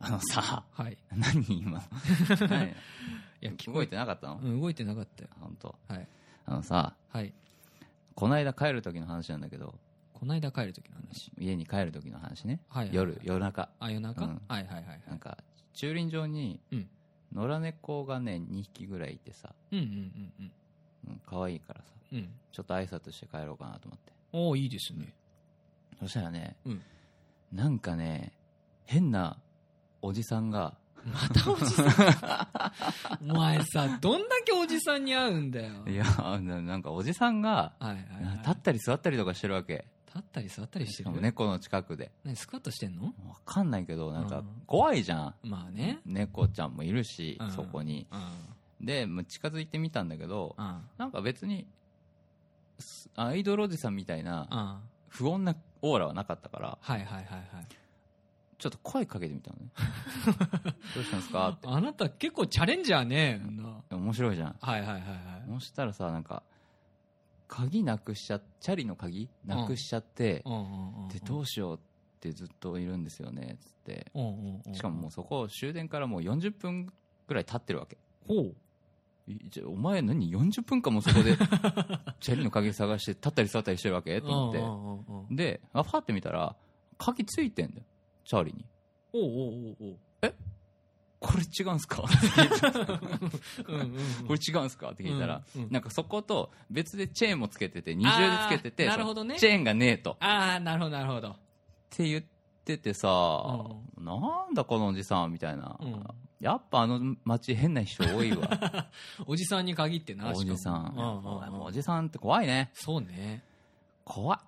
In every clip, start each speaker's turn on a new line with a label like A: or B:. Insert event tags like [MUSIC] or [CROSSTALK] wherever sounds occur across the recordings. A: のさ、
B: はい。
A: [LAUGHS] 何今。何
B: [LAUGHS] いや、聞こ
A: [LAUGHS] 動いてなかったの
B: うん、動いてなかったよ。
A: 本当。
B: はい。
A: あのさ、
B: はい。
A: こないだ帰る時の話なんだけど、
B: こないだ帰る時の話。
A: 家に帰る時の話ね。
B: はいはい
A: 夜、夜中。
B: あ、夜中、
A: うん
B: はいはいはいはい。
A: なんか、駐輪場に
B: うん、
A: 野良猫がね、2匹ぐらいいてさ、
B: うんうんうんうん。
A: うん可愛いからさ、
B: うん。
A: ちょっと挨拶して帰ろうかなと思って。
B: おーいいですね。
A: そしたらね、
B: うん
A: なんかね、変なおじさんが、
B: またおじさん。 [LAUGHS] お前さ、どんだけおじさんに会うんだよ。
A: いや、ななんかおじさんが、
B: はいはい、はい。
A: 立ったり座ったりとかしてるわけ。
B: 立ったり座ったりして
A: し
B: る
A: かも猫の近くで。
B: 何スカッとしてんの
A: わかんないけど、なん
B: う
A: か
B: ん
A: 怖いじゃん。
B: まあね。
A: 猫ちゃんもいるし
B: うん、
A: そこに。
B: うん。
A: で、まあ近づいてみたんだけど、
B: うん。
A: なんか別に、すアイドルおじさんみたいな
B: うん。は
A: 不穏なオーラはなかったから、
B: いはいはいはい。
A: ちょっと声かけてみた
B: [LAUGHS]
A: のね。どうしたんですかって。
B: あなた結構チャレンジャーね。な
A: 面白いじゃん。
B: はいはいはいはい。
A: そしたらさ、なんか、鍵なくしちゃ、チャリの鍵なくしちゃって
B: う、んうんうん。
A: で、どうしようってずっといるんですよね、つって。
B: うんうんうん。
A: しかももうそこ終電からもう40分ぐらい経ってるわけ
B: ほう。
A: いじゃあお前何40分間もそこ
B: [LAUGHS]
A: でチェリーの鍵探して立ったり座ったりしてるわけと思
B: うん
A: っ
B: うんうんう
A: て
B: ん
A: であファーって見たら鍵ついてんだよチャーリーに
B: おうおうおうおう。
A: これ違うんす
B: [LAUGHS]
A: かって聞いた
B: うんうんうん
A: これ違うんすかって聞いたら、
B: うんうん
A: なんかそこと別でチェーンもつけてて二重でつけてて
B: あーなるほどね
A: そのチェーンがねえとっ
B: ああ、なるほど、なるほど。
A: て言っててさ、なんだこのおじさんみたいな、
B: うん
A: やっぱあの街変な人多いわ
B: おじさんに限ってな、
A: おじさん
B: し。かもうんうんうん
A: おじさんって怖いね。
B: そうね。
A: 怖い。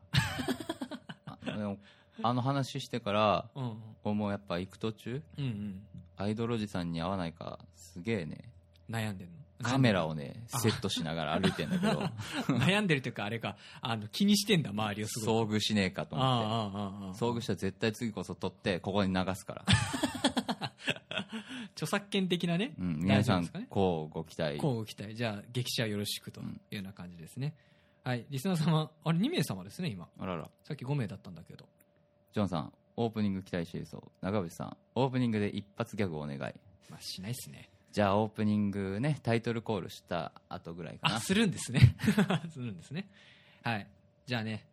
A: あでもあの話してから、
B: うんうん。
A: 俺もやっぱ行く途中、
B: うんうん。
A: アイドルおじさんに会わないか、すげえね、
B: 悩んでる
A: [LAUGHS]
B: の
A: カメ
B: ラ。
A: ラをね、セットしながら歩いてんだけど、
B: 悩んでるというか、あれか、あの、気にしてんだ、周 [LAUGHS] りをすごい。
A: 遭遇しねえかと
B: ああ、
A: 思っ
B: ああ、ああ。
A: て。遭遇したら絶対次こそ撮って、ここに流すから。
B: 著作権的なね。
A: うん、皆さ
B: [LAUGHS] 大丈夫で
A: ん
B: すかね、
A: こうご期待。
B: こう期待。じゃあ、劇者よろしくとい
A: うん
B: うような感じですね。はい。リスナー様、あれ2名様ですね、今。
A: あらら。
B: さっき5名だったんだけど。
A: ジョンさん、オープニング期待しているそう。長渕さん、オープニングで一発ギャグお願い。
B: まあ、しないっすね。
A: じゃあオープニングね、タイトルコールした後ぐらいかな
B: あ、。するんですね。 [LAUGHS] するんですね。はい。じゃあね、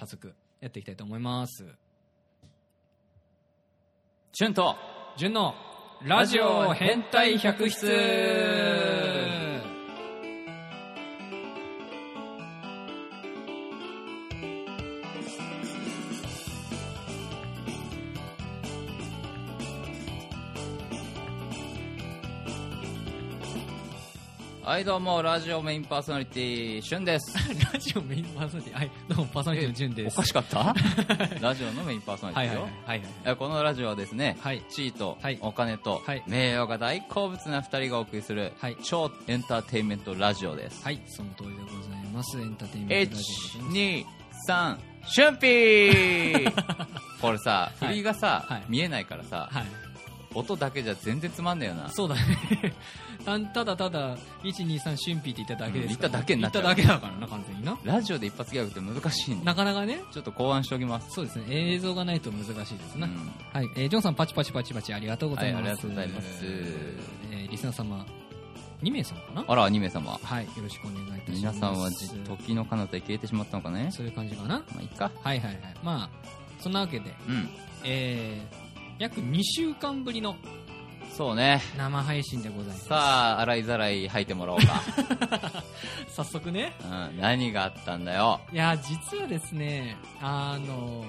B: 早速、やっていきたいと思います。
A: チュンと
B: 純のラジオ変態百室
A: はいどうもラジオメインパーソナリティシュンです
B: [LAUGHS] ラジオメインパーソナリティはいどうもパーソナリティの純です
A: おかしかった [LAUGHS] ラジオのメインパーソナ
B: はい
A: リテ
B: は
A: ィ
B: い
A: よ、
B: はいはい
A: えこのラジオはですね、
B: はい
A: 地位と
B: はい
A: お金と
B: はい
A: 名誉が大好物な2人がお送りする
B: はい
A: 超エンターテインメントラジオです、
B: はいその通りでございますエンターテインメントラジ
A: 123シュンピ
B: [LAUGHS]
A: ーこれさ振りがさ、
B: はい
A: 見えないからさ、
B: オはい
A: 音だけじゃ全然つまんねえよな
B: そうだね [LAUGHS] たただただ123シュンピーって言っただけですから
A: うん言っただけになっちゃう
B: 言っただけだからな完全にな
A: ラジオで一発ギャグって難しいんだ
B: なかなかね
A: ちょっと考案しておきます、
B: そうですね映像がないと難しいです
A: う
B: な、
A: ん
B: はい、えージョンさんパチパチパチパチありがとうございます、
A: はいありがとうございます
B: えーリスナー様2名様かな
A: あらアニメ様
B: はいよろしくお願いいたしま
A: 皆
B: す
A: さんはじ時の彼方へ消えてしまったのかね
B: そういう感じかな
A: まあいいか
B: はいはいはいまあそんなわけで
A: うん
B: えー、約2週間ぶりの
A: そうね
B: 生配信でございます
A: さあ洗いざらい吐いてもらおうか、
B: 早速ね
A: [LAUGHS] うん、何があったんだよ
B: いや実はですねあの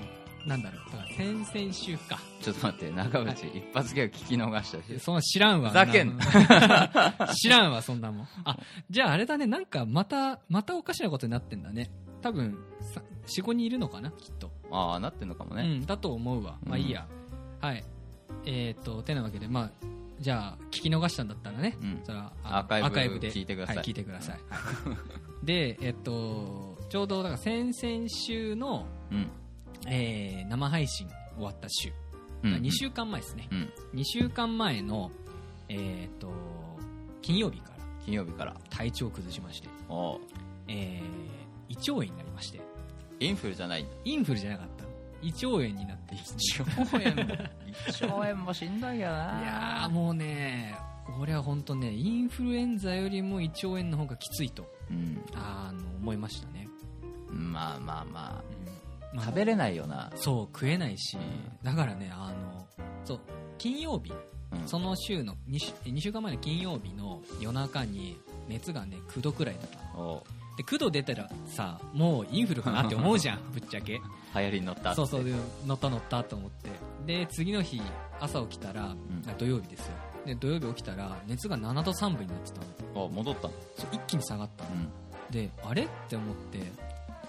B: なんだろうだから先々週か
A: ちょっと待って中渕、一発ギャグ聞き逃したし
B: そんな知らんわ
A: ふざけん
B: な知らんわそんなもんあじゃああれだねなんかまたまたおかしなことになってんだね多分さ45人いるのかなきっと、
A: ああなってんのかも
B: う
A: ね、
B: んだと思うわまあいいや、はいえっ、ー、とてなわけでまあじゃあ聞き逃したんだったらね、
A: うん
B: それは
A: アーカイブ
B: アーカイブで
A: 聞いてください
B: はい、聞いてく
A: [LAUGHS]
B: ださい、でえっとちょうどだから先々週の、
A: うん
B: えー生配信終わった週、
A: うん
B: 2週間前ですね、
A: うん
B: 2週間前の、えー、と金曜日から
A: 金曜日から
B: 体調を崩しまして、
A: おう
B: えー胃腸炎になりまして
A: インフルじゃないんだ
B: インフルじゃなかった胃腸炎になっていき
A: 1兆
B: [LAUGHS]
A: 円1兆円もしんどいよない
B: やーもうね俺は本当ねインフルエンザよりも胃腸炎の方がきついと
A: うん
B: あの思いましたね、
A: まあまあまあ
B: うんまあ
A: 食べれないよな
B: そう食えないし、
A: うん
B: だからねあのそう金曜日
A: うん
B: その週の 2, 週二週間前の金曜日の夜中に熱がね9度くらいだったの
A: おう
B: で9度出たらさもうインフルかなって思
A: [LAUGHS]
B: うじゃんぶっちゃけ
A: 流行りに乗ったって
B: そうそうで乗った乗ったと思ってで次の日朝起きたら、
A: ん
B: あ土曜日ですよで土曜日起きたら熱が7度3分になってたの
A: お戻ったの
B: そう一気に下がったの
A: うん
B: であれって思って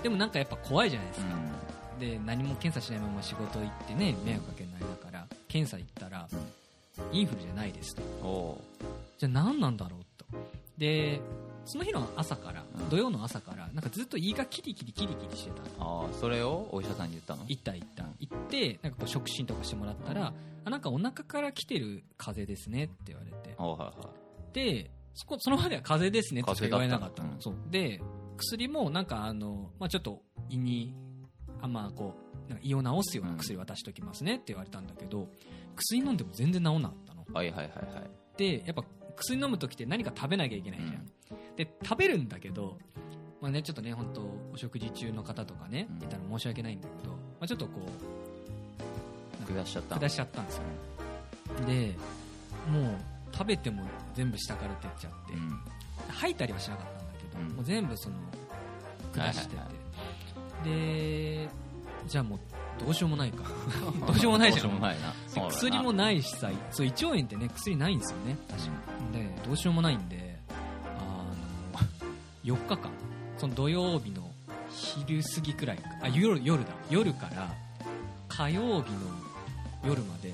B: でもなんかやっぱ怖いじゃないですか、
A: う
B: で何も検査しないまま仕事行ってね迷惑かけないだから検査行ったら、
A: う
B: インフルじゃないですと
A: んおう
B: じゃあ何なんだろうとでその日の朝から、
A: うん
B: 土曜の朝からなんかずっと胃がキリキリキリキリしてたの
A: ああそれをお医者さんに言ったの
B: 行った行った行ってなんかこう触診とかしてもらったら、あなんかお腹から来てる風邪ですねって言われて
A: おうはいは
B: でそこそのまでは風邪ですねってしか言われなかったの
A: 風
B: そうで薬もなんかあの、まあ、ちょっと胃にあんまこうなんか胃を治すような薬渡しときますねって言われたんだけど、薬飲んでも全然治んなかったの
A: いはいはいはいはい
B: でやっぱ薬飲む時って何か食べなきゃいけないじゃん、で食べるんだけどまあねちょっとね本当お食事中の方とかね
A: うん
B: いたら申し訳ないんだけど、まあ、ちょっとこう
A: 下しちゃったの
B: 下しちゃったんですよでもう食べても全部下から出ちゃって、
A: うん
B: 吐いたりはしなかったんだけど、
A: うん
B: もう全部その下してて、
A: はい
B: でじゃあもうどうしようもない
A: [LAUGHS]
B: かどうしようもないじゃん
A: どうしようもないな
B: で薬も
A: そうだな
B: ないしさそう胃腸炎ってね薬ないんですよね確かでどうしようもないんであの [LAUGHS] 4日間その土曜日の昼過ぎくらいかあ夜夜だ夜から火曜日の夜まで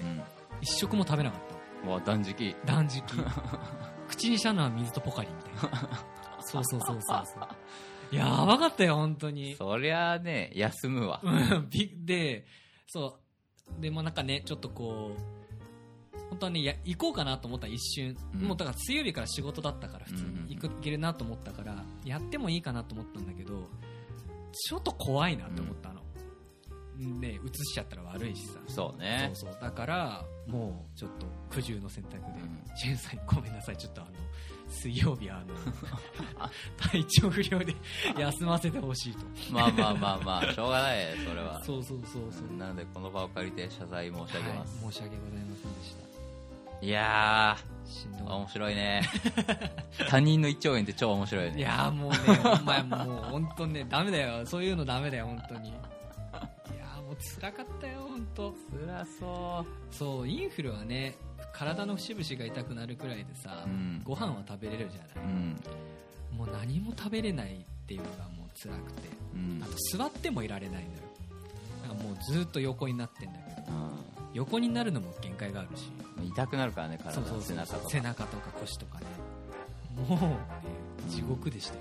B: 一食も食べなかった
A: うんうわ断食
B: 断食 [LAUGHS] 口にしたのは水とポカリみたいな
A: [LAUGHS]
B: そうそうそうそうそうやばかったよ本当に
A: そりゃあね休むわ
B: うん [LAUGHS] びでそうでもなんかねちょっとこう本当はねいや行こうかなと思った一瞬、
A: うん
B: もうだから水曜日から仕事だったから普通
A: うんうんうん
B: に行く行けるなと思ったからやってもいいかなと思ったんだけどちょっと怖いなと思ったの、ね移しちゃったら悪いしさ
A: そうね
B: そうそうだからもうちょっと苦渋の選択で、
A: うん
B: ジェンさんにごめんなさいちょっとあの水曜日はあの
A: [LAUGHS]
B: 体調不良で休ませてほしいと
A: まあまあまあまあしょうがないそれは
B: そうそうそうそう
A: なのでこの場を借りて謝罪申し上げます、
B: はい、申し訳ございませんでし
A: い、や
B: たしん
A: ー
B: どかっ
A: 面白い
B: [LAUGHS]
A: ね他人の一兆円って超面白いよ
B: た
A: ね
B: いやーもうねお前もう本当ねダメだよそういうのダメだよ本当にいやーもう辛かったよ本当
A: 辛そ
B: そうインフルはね体の節々が痛くなるくらいでさ、
A: うん
B: ご飯は食べれるじゃ
A: う
B: な
A: う
B: い、
A: ん
B: もう何も食べれないっていうのがもう辛くて
A: うん
B: あと座ってもいられないのよだからもうずっと横になってんだけど横になるのも限界があるし
A: うん痛くなるからね体
B: そうそうそ
A: 背
B: う
A: 中とか
B: 背中とか腰とかねもうね地獄でしたよ、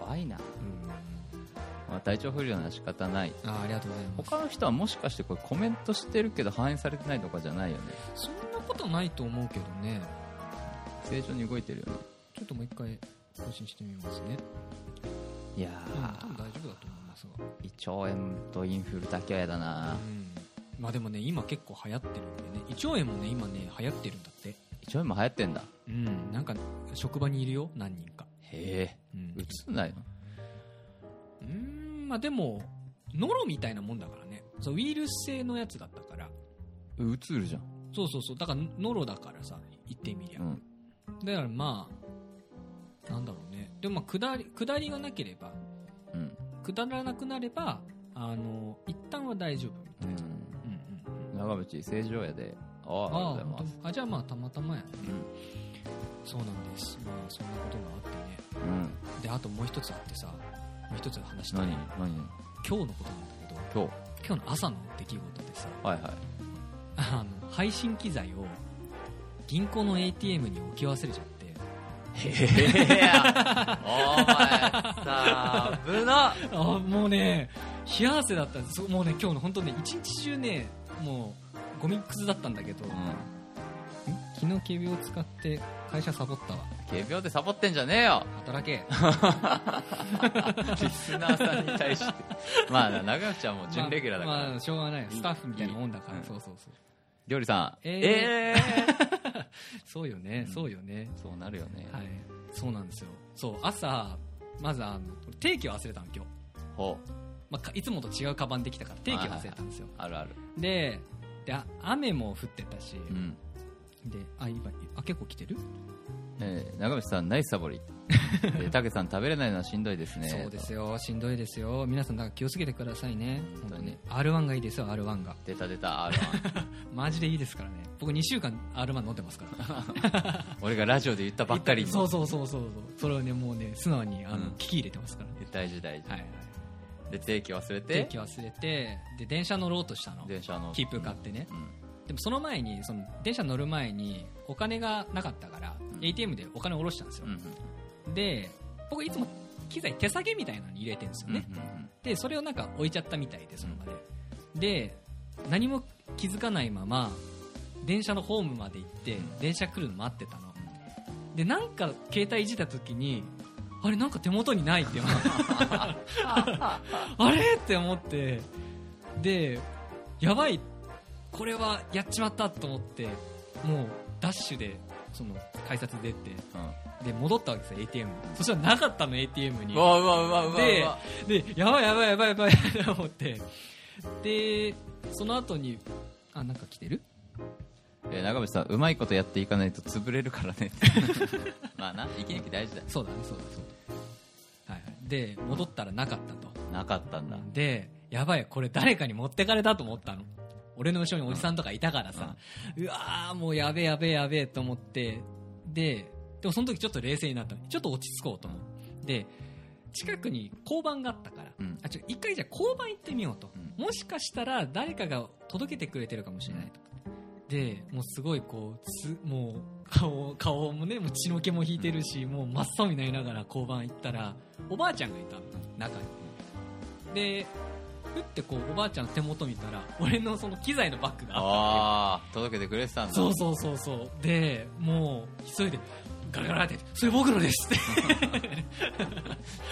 A: やばいな、
B: うん
A: まあ、体調不良なら仕方ない
B: あーありがとうございます
A: 他の人はもしかしてこれコメントしてるけど反映されてないとかじゃないよね
B: そんなことないと思うけどね
A: 正常に動いてるよね
B: ちょっともう一回更新してみますね
A: いや
B: うん多
A: ー
B: 分大丈夫だと思いますが
A: 胃腸炎とインフルだけはやだな
B: うんまあでもね今結構流行ってるんでね胃腸炎もね今ね流行ってるんだって
A: 胃腸炎も流行ってんだ
B: うんなんか職場にいるよ何人か
A: へえ
B: うん
A: 映んないの
B: うーんまあでもノロみたいなもんだからねそうウイルス性のやつだったから
A: うつるじゃん
B: そうそうそうだからノロだからさ言ってみりゃ、
A: うん
B: だからまあなんだろうねでもまあ下り下りがなければ
A: うん
B: 下らなくなればあの一旦は大丈夫みた
A: う
B: い
A: ん
B: な、うんうんうん
A: 長渕正常やでああありがとうございます
B: ああじゃあまあたまたまやね
A: う
B: そうなんですまあそんなことがあってね
A: んうん
B: であともう一つあってさもう一つ話したい
A: 何
B: 今
A: 何
B: 日のことなんだけど
A: 今
B: 今日の朝の出来事でさ
A: 日はいはい
B: あの配信機材を銀行の ATM に置き忘れちゃって
A: へえや [LAUGHS] お前さぶな
B: あもうね冷や汗だったんですそうもうね今日の本当ね一日中ねもうゴミくずだったんだけど、
A: うん昨日
B: の仮病を使って会社サボったわ
A: 仮病でサボってんじゃねえよ
B: 働 [LAUGHS]
A: リ
B: け
A: スナーさんに対してまあ長渕ちゃんも準レギュラーだから、
B: まあまあ、しょうがないよスタッフみたいなもんだから
A: いい
B: そうそうそう
A: 料理さん
B: え
A: え
B: ーそうよね、
A: うん
B: そうよね
A: ーそうなるよね、
B: はいそうなんですよそう朝まずあの定期を忘れたの今日、
A: ほう
B: まあか、いつもと違うカバンできたから定期を忘れたんですよ
A: あるある
B: でであ雨も降ってたし、
A: うん
B: であ今あ結構来てる、
A: えー長渕さんナイスサボりえーたけさん食べれないのはしんどいですね
B: そうですよしんどいですよ皆さんだから気をつけてくださいね
A: 本
B: 本
A: 当
B: 当
A: に
B: に R1 がいいですよ R1 が
A: 出た出た r 1
B: マジでいいですからね僕2週間 R1 飲んでますから
A: 俺がラジオで言 [LAUGHS] ったばっかりの
B: そうそうそうそうそうそれをねもうね素直にあの、
A: うん
B: 聞き入れてますからね
A: 大事大事、
B: はいはい
A: で定期忘れて
B: 定期忘れてで電車乗ろうとしたの
A: 電車の
B: 切符買ってね
A: うん
B: でもその前にその電車乗る前にお金がなかったから、
A: うん
B: ATM でお金を下ろしたんですよ
A: う、んうん
B: で僕いつも機材手提げみたいなのに入れてるんですよね、
A: うんうん
B: でそれをなんか置いちゃったみたいでその場で、で何も気づかないまま電車のホームまで行って電車来るの待ってたのでなんか携帯いじった時にあれなんか手元にないって
A: [LAUGHS]
B: あれって思ってでやばいこれはやっちまったと思ってもうダッシュでその改札出てで戻ったわけですよ ATM そしたらなかったの ATM に
A: うんうわうわうわうわう
B: で
A: わ
B: でやばいやばいやばいやばいと思ってでその後にあなんか来てる
A: えー長渕さんうまいことやっていかないと潰れるからねまあな生き抜き大事だよ
B: そうだねそうだそうだ、はいはい、で戻ったらなかったと
A: なかったんだ
B: でやばいこれ誰かに持ってかれたと思ったの俺の後ろにおじさんとかいたからさ、うわーもうやべえやべえやべえと思ってででもその時ちょっと冷静になったのちょっと落ち着こうと思うで近くに交番があったから、
A: うん
B: あちょ一回じゃあ交番行ってみようと、
A: う
B: もしかしたら誰かが届けてくれてるかもしれないとでもうすごいこうつもう顔顔もねもう血の気も引いてるし、もう真っ青になりながら交番行ったらおばあちゃんがいたの中にでふってこうおばあちゃんの手元見たら俺のその機材のバッグがあっ
A: ああ届けてくれてたん
B: た
A: だ
B: そうそうそうそうでもう急いでガラガラって「それ僕のです」って [LAUGHS]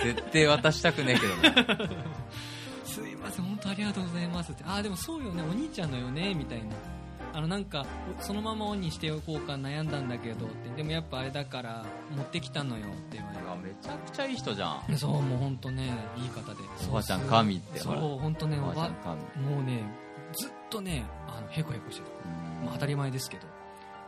A: 絶対渡したくねえけど
B: [LAUGHS]
A: な
B: すいません本当ありがとうございますってああでもそうよねお兄ちゃんのよねみたいなあのなんかおそのままオンにしておこうか悩んだんだけどってでもやっぱあれだから持ってきたのよって言われ
A: あめちゃくちゃいい人じゃん
B: てそうもう本当ねいい方で
A: おばあちゃん神って
B: そう
A: ほら
B: 本当ね
A: お
B: お
A: ばあちゃ
B: ば
A: ん神
B: もうねずっとねあのへこへこしてたまあ、当たり前ですけど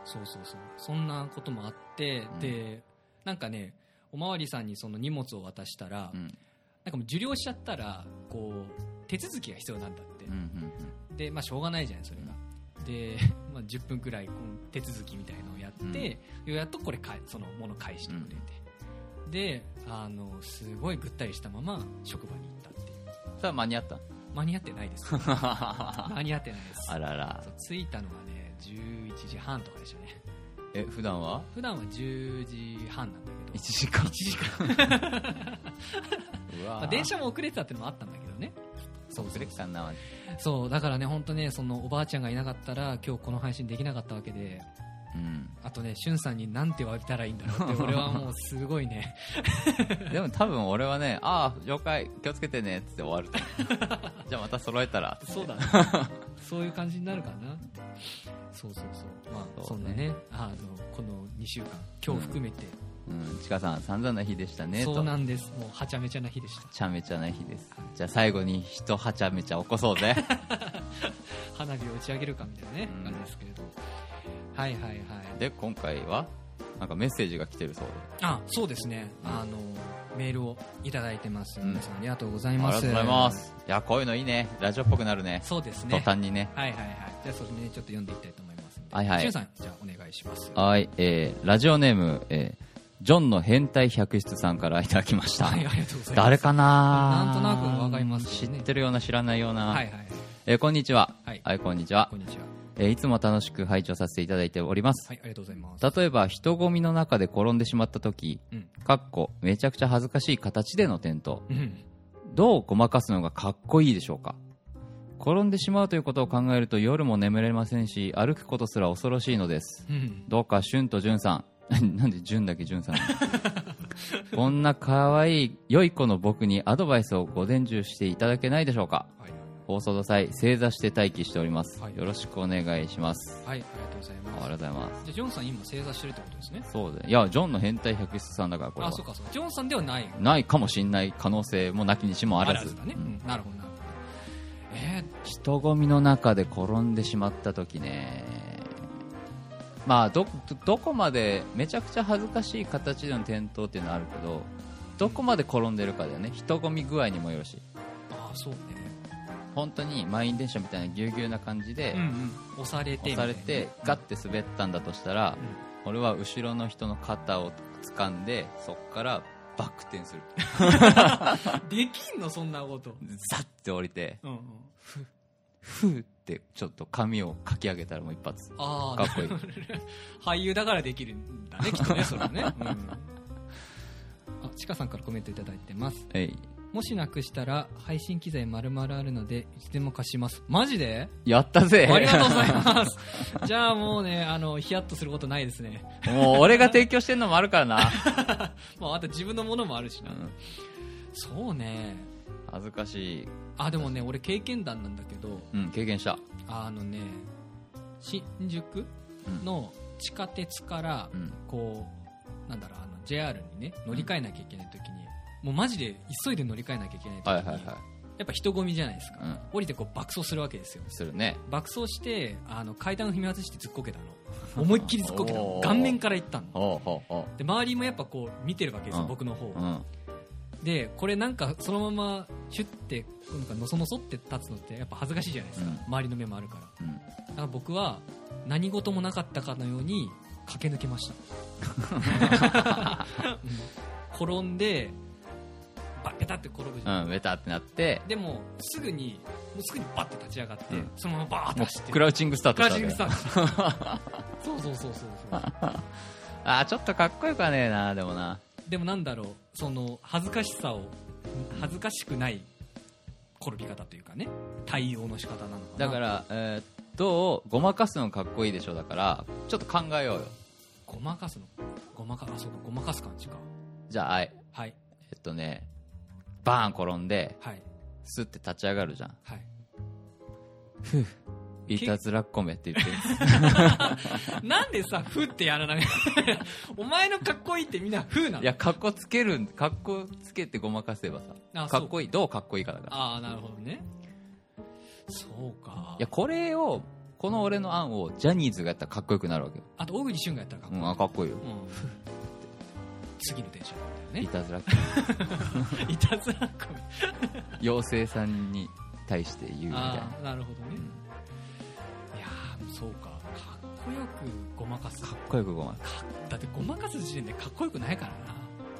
B: そうそうそうそんなこともあって、
A: うん
B: でなんかねおまわりさんにその荷物を渡したら、
A: うん
B: なんかもう受領しちゃったらこう手続きが必要なんだって、
A: うんうん
B: でまあしょうがないじゃないそれが、で、 [LAUGHS] まあ、10分くらいこの手続きみたいのをやって、やっとこれかそのもの返してくれて、であのすごいぐったりしたまま職場に行ったっていう
A: うんさあ間に合
B: [LAUGHS]
A: った
B: 間に合ってないです
A: [LAUGHS] あ
B: 間に合ってないです
A: らら
B: そう着いたのがね11時半とかでしたね
A: え普段は
B: 普段は10時半なんだけど
A: 1時間1時
B: [LAUGHS]
A: 間うわ
B: まあ、電車も遅れてたってのもあったんだけどね
A: そう
B: そう
A: レクさんな
B: そうだからね本当ねそのおばあちゃんがいなかったら今日この配信できなかったわけで
A: うん
B: あとねしゅんさんになんて詫びたらいいんだろう
A: [LAUGHS]
B: って俺はもうすごいね
A: でも多分俺はね「ああ了解気をつけてね」っつって終わる
B: [LAUGHS]
A: と思うじゃあまた揃えたら
B: そうだね [LAUGHS] そういう感じになるかなそうそうそうまあ
A: そ
B: そ,、
A: うんね
B: なねあのこの2週間今日含めて、
A: うんちかさん散々な日でしたね
B: そう
A: と
B: なんですもうはちゃめちゃな日でした
A: はちゃめちゃな日ですじゃあ最後に人はちゃめちゃ起こそうぜ
B: 花火を打ち上げるかみたいなね、
A: うん
B: 感じですけれどはいはいはい
A: で今回はなんかメッセージが来てるそうで
B: あそうですね、
A: うん
B: あのメールをいただいてます、
A: うん
B: 皆さんありがとうござい
A: あ
B: ま
A: り
B: す
A: がとうございますいやこういうのいいねラジオっぽくなるね
B: そうです
A: 途
B: ね
A: 端にね
B: はいはいはいじゃあそれねちょっと読んでいきたいと思いますので
A: はいはい
B: しゅんさんじゃあお願いします
A: はい、えー、ラジオネーム、えー、ジョンの変態百出さんからいただきました
B: はいありがとうございます
A: 誰かな
B: なんとなくわかります
A: 知
B: しね
A: ってるような知らないような、
B: はいはい
A: えーこんにちは
B: はい
A: はい、こんにちは
B: こんにちは
A: えーいつも楽しく拝聴させていただいております、
B: はいありがとうございます
A: 例えば人混みの中で転んでしまった時
B: うん
A: かっこめちゃくちゃ恥ずかしい形での転倒
B: うん
A: どうごまかすのがかっこいいでしょうか転んでしまうということを考えると夜も眠れませんし歩くことすら恐ろしいのです
B: うん
A: どうか俊と淳さん [LAUGHS] なんで淳だけ淳さんな
B: [LAUGHS]
A: のこんな可愛い良い子の僕にアドバイスをご伝授していただけないでしょうか
B: はい
A: 放送の際正座して待機しております、
B: はい
A: よろしくお願いします
B: はいありがとうござい
A: あり
B: ま
A: が
B: す
A: とうございます
B: じゃあジョンさん今正座してるってことですね
A: そうだいやジョンの変態百出さんだからこれ
B: あ
A: は
B: そうかそうかジョンさんではない
A: ないかもしんない可能性もなきにしもあらず
B: だね、
A: うん
B: うんなるほどなるほどえ
A: 人混みの中で転んでしまった時ねまあどどこまでめちゃくちゃ恥ずかしい形での転倒っていうのはあるけどどこまで転んでるかだよね人混み具合にもよるし
B: ー、ああそうね
A: 本当に満員電車みたいなぎゅうぎゅうな感じで
B: うんうん押されて
A: 押されてガッて滑ったんだとしたら
B: みたいな
A: 俺は後ろの人の肩を掴んでそっからバック転する [LAUGHS]
B: うんできんのそんなこと
A: ザッて降りて
B: うんうん
A: ふーってちょっと髪をかき上げたらもう一発
B: あ
A: か
B: あ
A: っこいい
B: [LAUGHS] 俳優だからできるんだ [LAUGHS] ねきっとねそれはね、うん、あちかさんからコメントいただいてます
A: えい
B: もしなくしたら配信機材丸々あるのでいつでも貸しますマジで
A: やったぜ
B: ありがとうございます [LAUGHS] じゃあもうねあのヒヤッとすることないですね
A: もう俺が提供してんのもあるからな
B: まああと自分のものもあるしな、
A: うん
B: そうね
A: 恥ずかしい、
B: あでもね俺経験談なんだけど
A: うん、経験した
B: あのね新宿
A: うん
B: の地下鉄から
A: うん
B: こうなんだろうあの JR にね乗り換えなきゃいけない時に、もうマジで急いで乗り換えなきゃいけない時に、
A: はいはいはい
B: やっぱ人混みじゃないですか、
A: うん
B: 降りてこう爆走するわけですよ
A: するね
B: 爆走してあの階段を踏み外してずっこけた
A: [LAUGHS]
B: の思いっきりずっこけたの顔面から行ったの
A: ほうほうほ
B: で周りもやっぱこう見てるわけですよ、
A: うん
B: 僕の方を
A: ううん
B: でこれなんかそのままシュッてなんかのそのそって立つのってやっぱ恥ずかしいじゃないですか、
A: うん
B: 周りの目もあるから
A: うん
B: だから僕は何事もなかったかのように駆け抜けました
A: [LAUGHS]
B: うん転んでバッペタって転ぶじゃん、
A: うんベタってなって
B: でもすぐにもうすぐにバッて立ち上がって、
A: うん
B: そのままバーッて
A: も
B: 走って
A: うクラウチングスター
B: ク
A: ト
B: ラ
A: し
B: ッ
A: た
B: シ
A: わ
B: ン
A: け
B: グ
A: だ
B: スター
A: [LAUGHS]
B: トそうそうそうそうそう
A: あーちょっとかっこよくはねえなでもな
B: でもなんだろうその恥ずかしさを恥ずかしくない転び方というかね対応の仕方なのかな
A: だから、えー、どうごまかすのかっこいいでしょだからちょっと考えようよ
B: ごまかすのごまかあそうかごまかす感じか
A: じゃああい
B: はい
A: えっとねバーン転んで
B: はい
A: スッて立ち上がるじゃん
B: はい
A: いたずらっこめって言って
B: なんでさ、ふってやらない [LAUGHS] お前のかっこいいってみんな、ふなの
A: いや、かっこつけるん、かっこつけてごまかせば
B: あ
A: さ、
B: そう
A: かっこいい、どうかっこいいかだから。
B: ああ、なるほどね。そうか。
A: いや、これを、この俺の案をジャニーズがやったらかっこよくなるわけよ。
B: あと、大栗旬がやったらか
A: う
B: っこいい。
A: ん、あかっこいいよ。
B: うんふって次の電車みた
A: い [LAUGHS] た
B: いなね。
A: ずら
B: [LAUGHS]
A: っ子、
B: いたずらっ子みたい
A: 妖精さんに対して言うみたい
B: な。あ
A: な。
B: あ、なるほどね。いやーそうか。かっこよくごまかす。
A: かっこよくごまか
B: だって、ごまかす時点でかっこよくないからな。
A: す。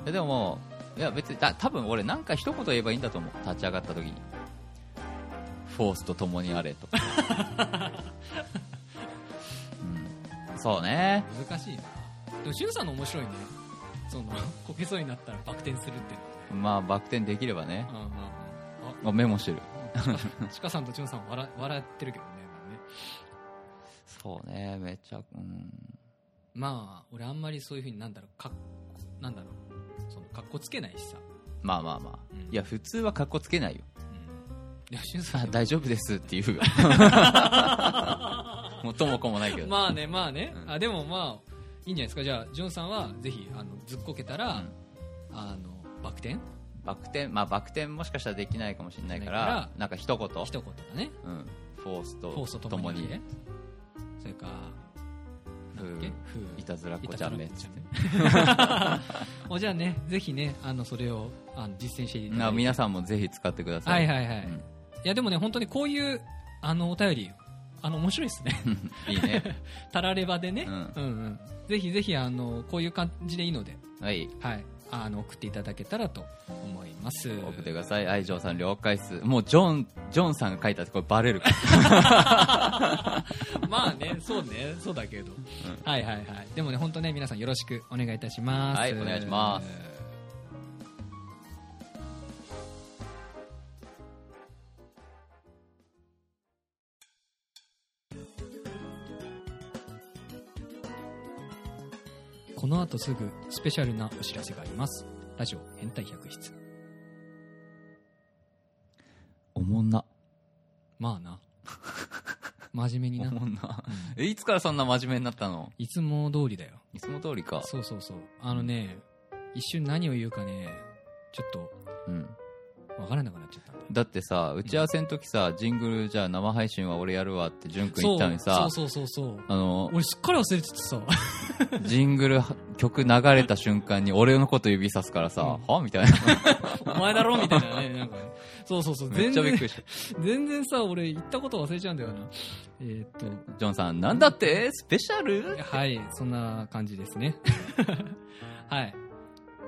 A: えでももう、いや別に、た多分俺なんか一言言えばいいんだと思う。立ち上がった時に。フォースと共にあ
B: [LAUGHS]
A: れと。うん、そうね。
B: 難しいな。でも、俊さんの面白いね。その、こけそうになったらバク転するって。
A: まあ、バク転できればね
B: うん。うんうん。あ、
A: あメモしてる。
B: ちかさんとちゅんさん笑笑ってるけどねもうね
A: そうね、めちゃ、うん。
B: まあ俺あんまりそういうふうになんだろうかっなんだろうそのかっこつけないしさ、
A: まあまあまあ、
B: うん
A: いや普通はかっこつけないよ
B: うん、でもしゅんさ
A: あ [LAUGHS]
B: ん
A: 大丈夫ですって言う [LAUGHS] よもうともこもないけど、
B: まあねまあね、
A: うん
B: あでもまあいいんじゃないですかじゃあじゅんさんはぜひあのずっこけたら、
A: うん
B: あのバク転
A: バク転まあバク転もしかしたらできないかもしれないから
B: できないから
A: なんか一言
B: 一言だね
A: うん、フォース
B: フォース
A: とと
B: とと
A: も
B: も
A: に
B: にそれか
A: ふ
B: なんだっ
A: う
B: けふう
A: いたずらっこちゃんめっつって
B: [LAUGHS] おじゃあねぜひねあのそれをあの実践していただい
A: な
B: て
A: 皆さんもぜひ使ってくださ、
B: はいいはいはい、
A: うん
B: いやでもね本当にこういうあのお便りあの面白いですね
A: い、いね
B: [LAUGHS] たらればでね、
A: うん
B: うんうんぜひぜひあのこういう感じでいいので、
A: はい
B: はい、あの送っていただけたらと思います
A: 送ってください愛情さん了解っすもうジョンジョンさんが書いたってこれバレるから
B: [LAUGHS] まあねそうねそうだけど、はいはいはいでもね本当ね皆さんよろしくお願いいたします
A: はいお願いします
B: この後すぐスペシャルなお知らせがありますラジオ変態百室
A: おもんな
B: ま
A: [LAUGHS]
B: あな真面目に
A: お
B: な
A: もんなえいつからそんな真面目になったの
B: いつも通りだよ
A: いつも通りか
B: そうそうそうあのね一瞬何を言うかねちょっと
A: うん
B: 分からなくなっちゃったんだよ
A: だってさ打ち合わせの時さ、ジングルじゃあ生配信は俺やるわって淳君言ったのにさ
B: そうそうそうそう
A: あの
B: 俺すっかり忘れててさ [LAUGHS]
A: ジングルは曲流れた瞬間に俺のこと指さすからさ、
B: う
A: はみたいな
B: お前だろみたいなねなんかねそうそうそう
A: めっ
B: 全
A: ちゃびっく
B: 然
A: りした
B: 全然さ俺言ったこと忘れちゃうんだよなえーっと
A: ジョンさんなんだってスペシャル
B: はい、そんな感じですね。 [LAUGHS] はい。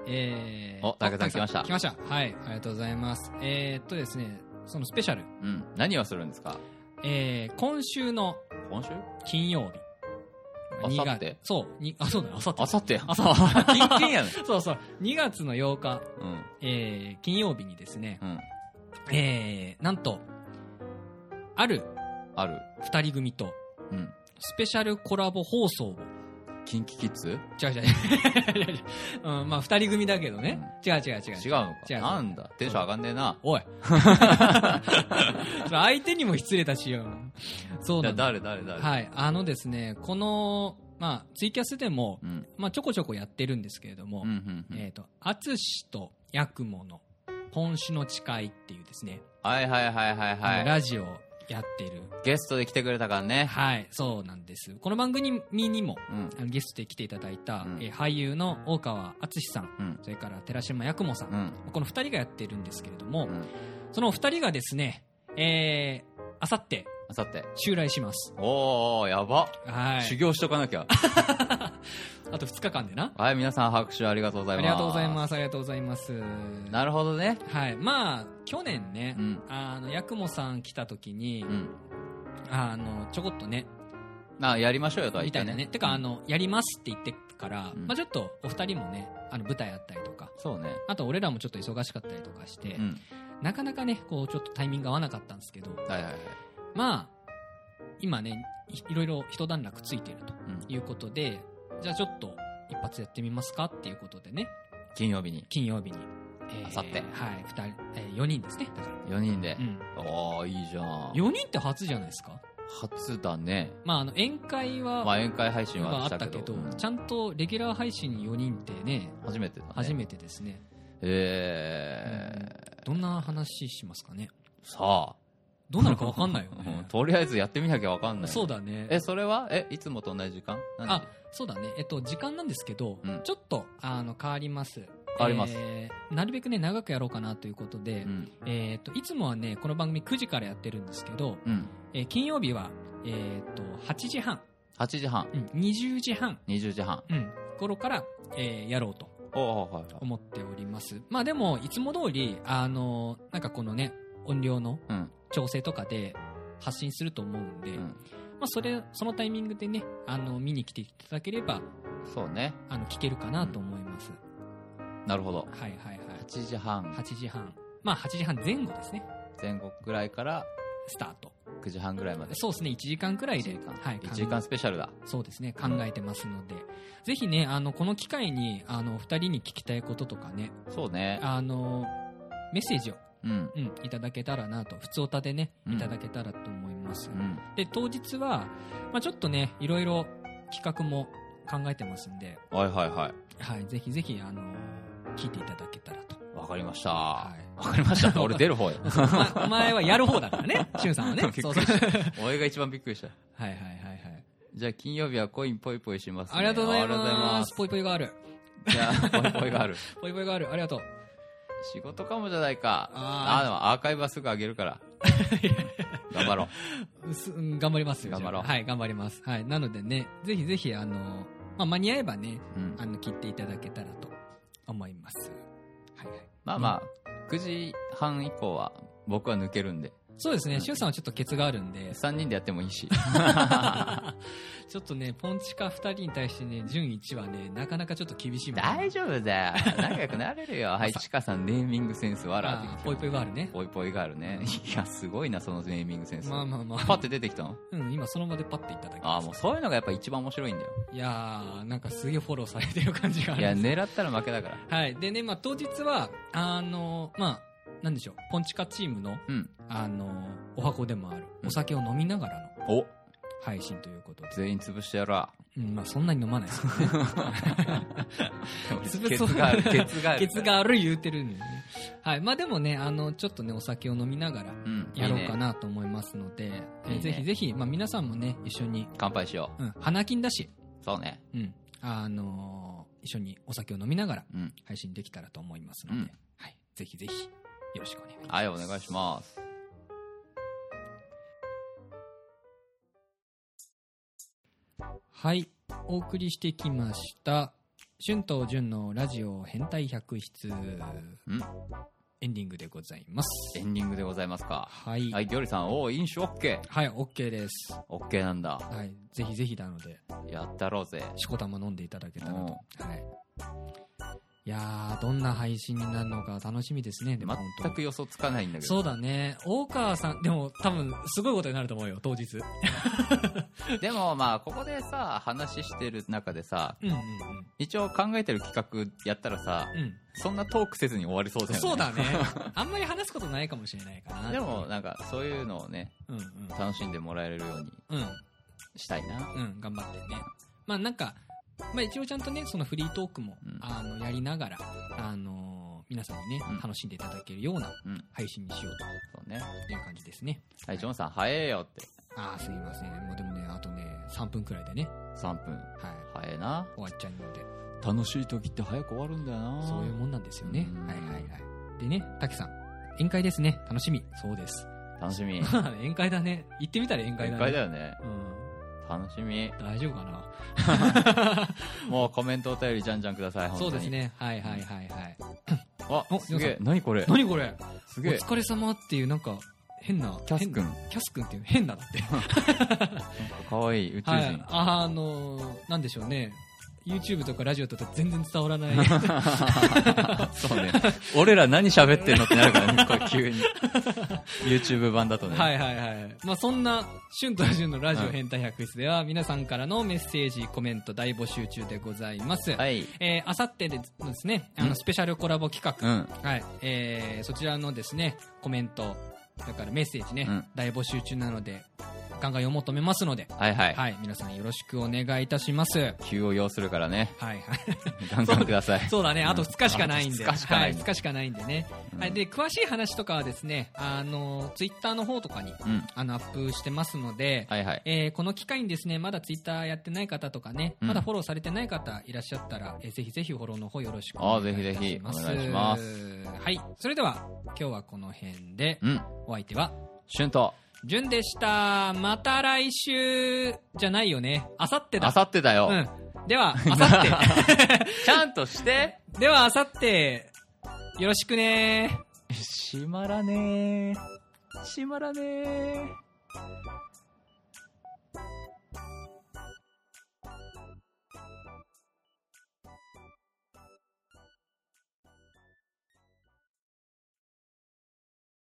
B: えー、
A: お武田さん来ました
B: 来ました。はい、ありがとうございます。えー、っとですね、そのスペシャル、
A: うん何をするんですか
B: えー、今週の
A: 今週
B: 金曜日。
A: あさって
B: 2月そう、にあ、そうだよ、あさって。
A: あさってや
B: あさっ
A: キンキンやね
B: そうそう、2月の8日、
A: うん
B: えー、金曜日にですね、
A: うん
B: えー、なんと、ある
A: ある
B: 二人組と、
A: うん
B: スペシャルコラボ放送を
A: キンキキッズ
B: 違う
A: [LAUGHS]
B: 違う違う違う。うん、まあ、二人組だけどね。違う違う違
A: 違う
B: う。
A: のか
B: 違う
A: なんだテンション上がんねえな [LAUGHS]
B: おい。それ相手にも失礼だしよ。そう
A: じゃ
B: な
A: あ
B: んだ。
A: 誰誰誰、
B: はい。あのですね、この、まあ、ツイキャスでも、
A: うん
B: まあ、ちょこちょこやってるんですけれども、
A: うんうんうん
B: えっ、と、あつしとやくもの、今週の誓いっていうですね、
A: はいはいはいはい
B: あの
A: はい
B: ラジオをやってる。
A: ゲストで来てくれたからね
B: はい、そうなんです。この番組にも、
A: うん
B: あのゲストで来ていただいた、
A: うん
B: えー俳優の大川敦史さん、
A: うん
B: それから寺島八雲さん、
A: うん
B: この2人がやってるんですけれども、
A: うん
B: そのお2人がですね、えー、あさって
A: あさって
B: 襲来します。
A: おーやば
B: は
A: 修
B: い。
A: 行しとかなき
B: [LAUGHS]
A: ゃ
B: あと2日間でな。
A: はい皆さん拍手ありがとうござい
B: あ
A: ます
B: りがとうございます。ありがとうございます。
A: なるほどね
B: はい。まあ、去年ね、
A: うん
B: あの、八雲さん来た時に、
A: うん
B: あの、ちょこっとね、
A: あやりましょうよとは言
B: み
A: った
B: たい
A: ね
B: なね。てか、あの、やりますって言ってから、
A: うん
B: まあちょっとお二人もね、あの、舞台あったりとか、
A: そうね
B: あと俺らもちょっと忙しかったりとかして、
A: うん
B: なかなかね、こう、ちょっとタイミング合わなかったんですけど、
A: はいはいはい
B: まあ、今ね、いいろいろ一段落ついてると
A: うん
B: いうことで、じゃあちょっと一発やってみますかっていうことでね、
A: 金曜日に
B: 金曜日に。えー
A: あさって
B: はい、二人、えー、4人ですね、だから。
A: 4人で
B: うん。
A: おーいいじゃん
B: 4人って初じゃないですか
A: 初だね
B: まあ、あの、宴会は、
A: まあ宴会配信
B: は
A: は
B: あ
A: し
B: ったた
A: け
B: け
A: ど
B: ど、
A: うん
B: ちゃんとレギュラー配信に4人ってね、
A: 初めてだね
B: 初めてですね。
A: えー
B: どんな話しますかね
A: さあ
B: どうなるかわかんないよ
A: [LAUGHS] うん
B: ね。
A: とりあえずやってみなきゃわかんない
B: そうだね。
A: えそれはえいつもと同じ時間何時
B: あそうだね、えっと、時間なんですけど、
A: うん
B: ちょっとあの変わります。変
A: わります
B: なるべくね、長くやろうかなということで、
A: うん
B: えっと、いつもはね、この番組9時からやってるんですけど、
A: うん
B: えー金曜日は、えっと、8時半、
A: 8時半
B: うん、20時半、
A: 20時半
B: うん、頃から、えーやろうと
A: おおはいはい
B: 思っております。まあでも、いつも通り、あの、なんかこのね、音量の
A: うん
B: 調整とかで発信すると思うんで、
A: う
B: ま
A: ん
B: あそれ、そのタイミングでね、あの、見に来ていただければ、
A: そうね
B: あの、聞けるかなと思います。
A: なるほど
B: はいはいはい。
A: 8時半
B: 8時半。まあ8時半前後ですね。
A: 前後ぐらいから
B: スタート。
A: 9時半ぐらいまで
B: そうですね、1時間くらいで。
A: 1時間
B: はい。
A: 1時間
B: 考
A: スペシャルだ
B: えそうですね、考えてますので。ぜひね、あの、この機会に、あの、お二人に聞きたいこととかね、
A: そうね
B: あの、メッセージを、
A: うん
B: うん、いただけたらなと、普通おたでね、
A: うん
B: いただけたらと思います。
A: うん
B: で、当日は、まあちょっとね、いろいろ企画も考えてますんで、
A: はいはいは
B: はい、ぜひぜひ、あの、聞いていただけたら [LAUGHS] と。
A: いわかりました
B: はい。
A: わかりました
B: [LAUGHS]
A: って俺出る方や。
B: お前お前はやる方だからね、しゅんさんはね
A: びっ
B: [LAUGHS] そう
A: く
B: そ
A: り
B: う。
A: し
B: はい
A: 俺が一番びっくりした
B: はいはいはい。
A: じゃあ金曜日はコインポイポイしますね
B: ありがとうござい
A: ありがとうござい
B: ま。
A: ますす
B: ぽいぽいがある。
A: じゃあポイポイが
B: [LAUGHS]
A: ある
B: ぽいぽいがある。ありがとう。
A: 仕事かもじゃないかああー
B: あ
A: でもアーカイブはすぐ上げる
B: [LAUGHS]
A: から頑張ろう
B: うすうん頑張りますよ。
A: 頑張ろう
B: じゃあはい、頑張ります。はい。なのでね、ぜひぜひ、あの、まあ、間に合えばね、
A: うん
B: あの、切っていただけたらと思います。はいはい。
A: まあまあ、9時半以降は僕は抜けるんで、
B: そうですね、しゅんさんはちょっとケツがあるん
A: [LAUGHS]
B: で、
A: 3人でやってもいい
B: [LAUGHS]
A: し
B: ちょっとね、ポンチカ2人に対してね、準1はね、なかなかちょっと厳しいもん
A: 大丈夫だよ仲良くなれるよはいちかさんネーミングセンス笑ってき
B: あ
A: て
B: ーぽいぽいがあるね。
A: ぽいぽいガールねいやすごいなそのネーミングセンス、
B: まあまあま
A: パッ
B: あ、
A: て出てきたの
B: うん、今その場でパッていっただけです
A: ああもうそういうのがやっぱ一番面白いんだよ
B: いやー、なんかすげえフォローされてる感じがあ
A: い
B: る
A: や
B: んです
A: 狙ったら負けだから
B: はい。でね、まあ当日は、あの、まあ、なんでしょう、ポンチカチームの、
A: うん
B: あの、お箱でもある、
A: うん
B: お酒を飲みながらの
A: お
B: 配信ということで、
A: 全員潰してやら
B: うん、まあそんなに飲まないですけどね。潰
A: ケ
B: そう
A: ツがあ
B: [LAUGHS]
A: るケツがある
B: ケツがある言うてるんでね。はい。まあでもね、あの、ちょっとね、お酒を飲みながら
A: うん
B: やろう
A: い
B: か
A: いね
B: なと思いますので、え
A: い
B: ー
A: いね
B: ぜひぜひ、まあ皆さんもね、一緒に、
A: 乾杯しよ
B: うん、花金だし、
A: うそうね
B: うん、あのー一緒にお酒を飲みながら
A: うん
B: 配信できたらと思いますので、
A: うん
B: はい、ぜひぜひよろしくお願いします。
A: はいお願いします
B: はい、お送りしてきました。春と純のラジオ変態百室エンディングでございます
A: エ。ンディングでございますか
B: はい、
A: は
B: はい、
A: いギョリさんおお飲酒 OK
B: オッケーです。
A: OK なんだ
B: はい、ぜひぜひなので、
A: やったろうぜ
B: しこたま飲んでいただけたらと。はい。いやー、どんな配信になるのか楽しみですね。でも本当
A: 全
B: に
A: く予想つかないんだけど
B: そうだね。大川さん、でも多分、すごいことになると思うよ、当日。
A: でもまあここでさ話してる中でさ
B: うんうん
A: 一応考えてる企画やったらさ
B: うん。うん。
A: そんなトークせずに終わりそうだよね
B: そうだね。 [LAUGHS] あんまり話すことないかもしれないかな。
A: でも、なんかそういうのをね
B: うんうん。
A: 楽しんでもらえるように
B: うん。
A: したいな
B: うん、頑張ってね。まあなんか、まあ一応ちゃんとね、そのフリートークも、
A: うん
B: あの、やりながら、あのー皆さんにね、
A: うん
B: 楽しんでいただけるような
A: うん
B: 配信にしよう
A: そうね
B: という感じですね。
A: はいジョンさん早えよって
B: ああ、すいません。もうでもね、あとね、3分くらいでね、
A: 3分
B: はい、
A: 早えな
B: 終わっちゃうので、
A: 楽しい時って早く終わるんだよな
B: そういうもんなんですよね
A: う。ん
B: はいはいはい。でね、たけさん、宴会ですね。楽しみ。そうです。
A: 楽しみ
B: [LAUGHS] 宴会だね。行ってみたら宴会だね。
A: 一回だよね
B: うん。
A: 楽しみ
B: 大丈夫かな
A: もうコメントお便りじゃんじゃんください本当
B: そう
A: に
B: ですね。はいはいはいはい。
A: あ
B: お
A: すげ
B: ジョン
A: え何これ
B: 何これ
A: す
B: お
A: げえ
B: 疲れ様っていうなんか変な。
A: キャス君
B: 変キャス君っていうの変だ
A: [LAUGHS]
B: なって。
A: かわいい宇宙
B: はい
A: 人。
B: あのー、なんでしょうね。YouTube とかラジオとか全然伝わらない。
A: そうね。俺ら何喋ってんのってなるからね、これ急に。YouTube 版だとね。
B: はいはいはい。まあそんな、春と旬のラジ
A: う
B: オ
A: ん
B: 変態百室では、皆さんからのメッセージ、コメント大募集中でございます。
A: はい。
B: えー、あさってですね、あ
A: う
B: の、
A: ん
B: スペシャルコラボ企
A: う
B: 画。
A: ん。
B: はい。えー、そちらのですね、コメント、だからメッセージね、
A: うん
B: 大募集中なので、ガンガン読もうと思いますので、
A: はいはい。
B: はい、皆さんよろしくお願いいたします。はい
A: 急を要するからね。
B: はい。 [LAUGHS]
A: ガンガンください。
B: そうだね、あと
A: うん
B: 2日しかないんで。
A: あと二日しかない
B: はい、2日しかないんでね。
A: うん
B: はい、で、詳しい話とかはですね、あの、ツイッターの方とかに、
A: うん。
B: あの、アップしてますので、
A: はいはい。
B: えーこの機会にですね、まだツイッターやってない方とかね、
A: うん
B: まだフォローされてない方いらっしゃったら、えーぜひぜひフォローの方よろしく
A: あ
B: お
A: ー
B: 願いいたします。
A: ぜひぜひお願いし
B: はい、それでは今日はこの辺で、
A: うん。
B: お相手は、
A: シュンと、
B: じゅんでした。また来週じゃないよね。あさってだ。
A: あさってだよ。
B: うん。では、あさって。
A: ちゃんと [LAUGHS] して。
B: [LAUGHS] では、あさって、よろしくね
A: 閉まらねえ。閉まらねえ。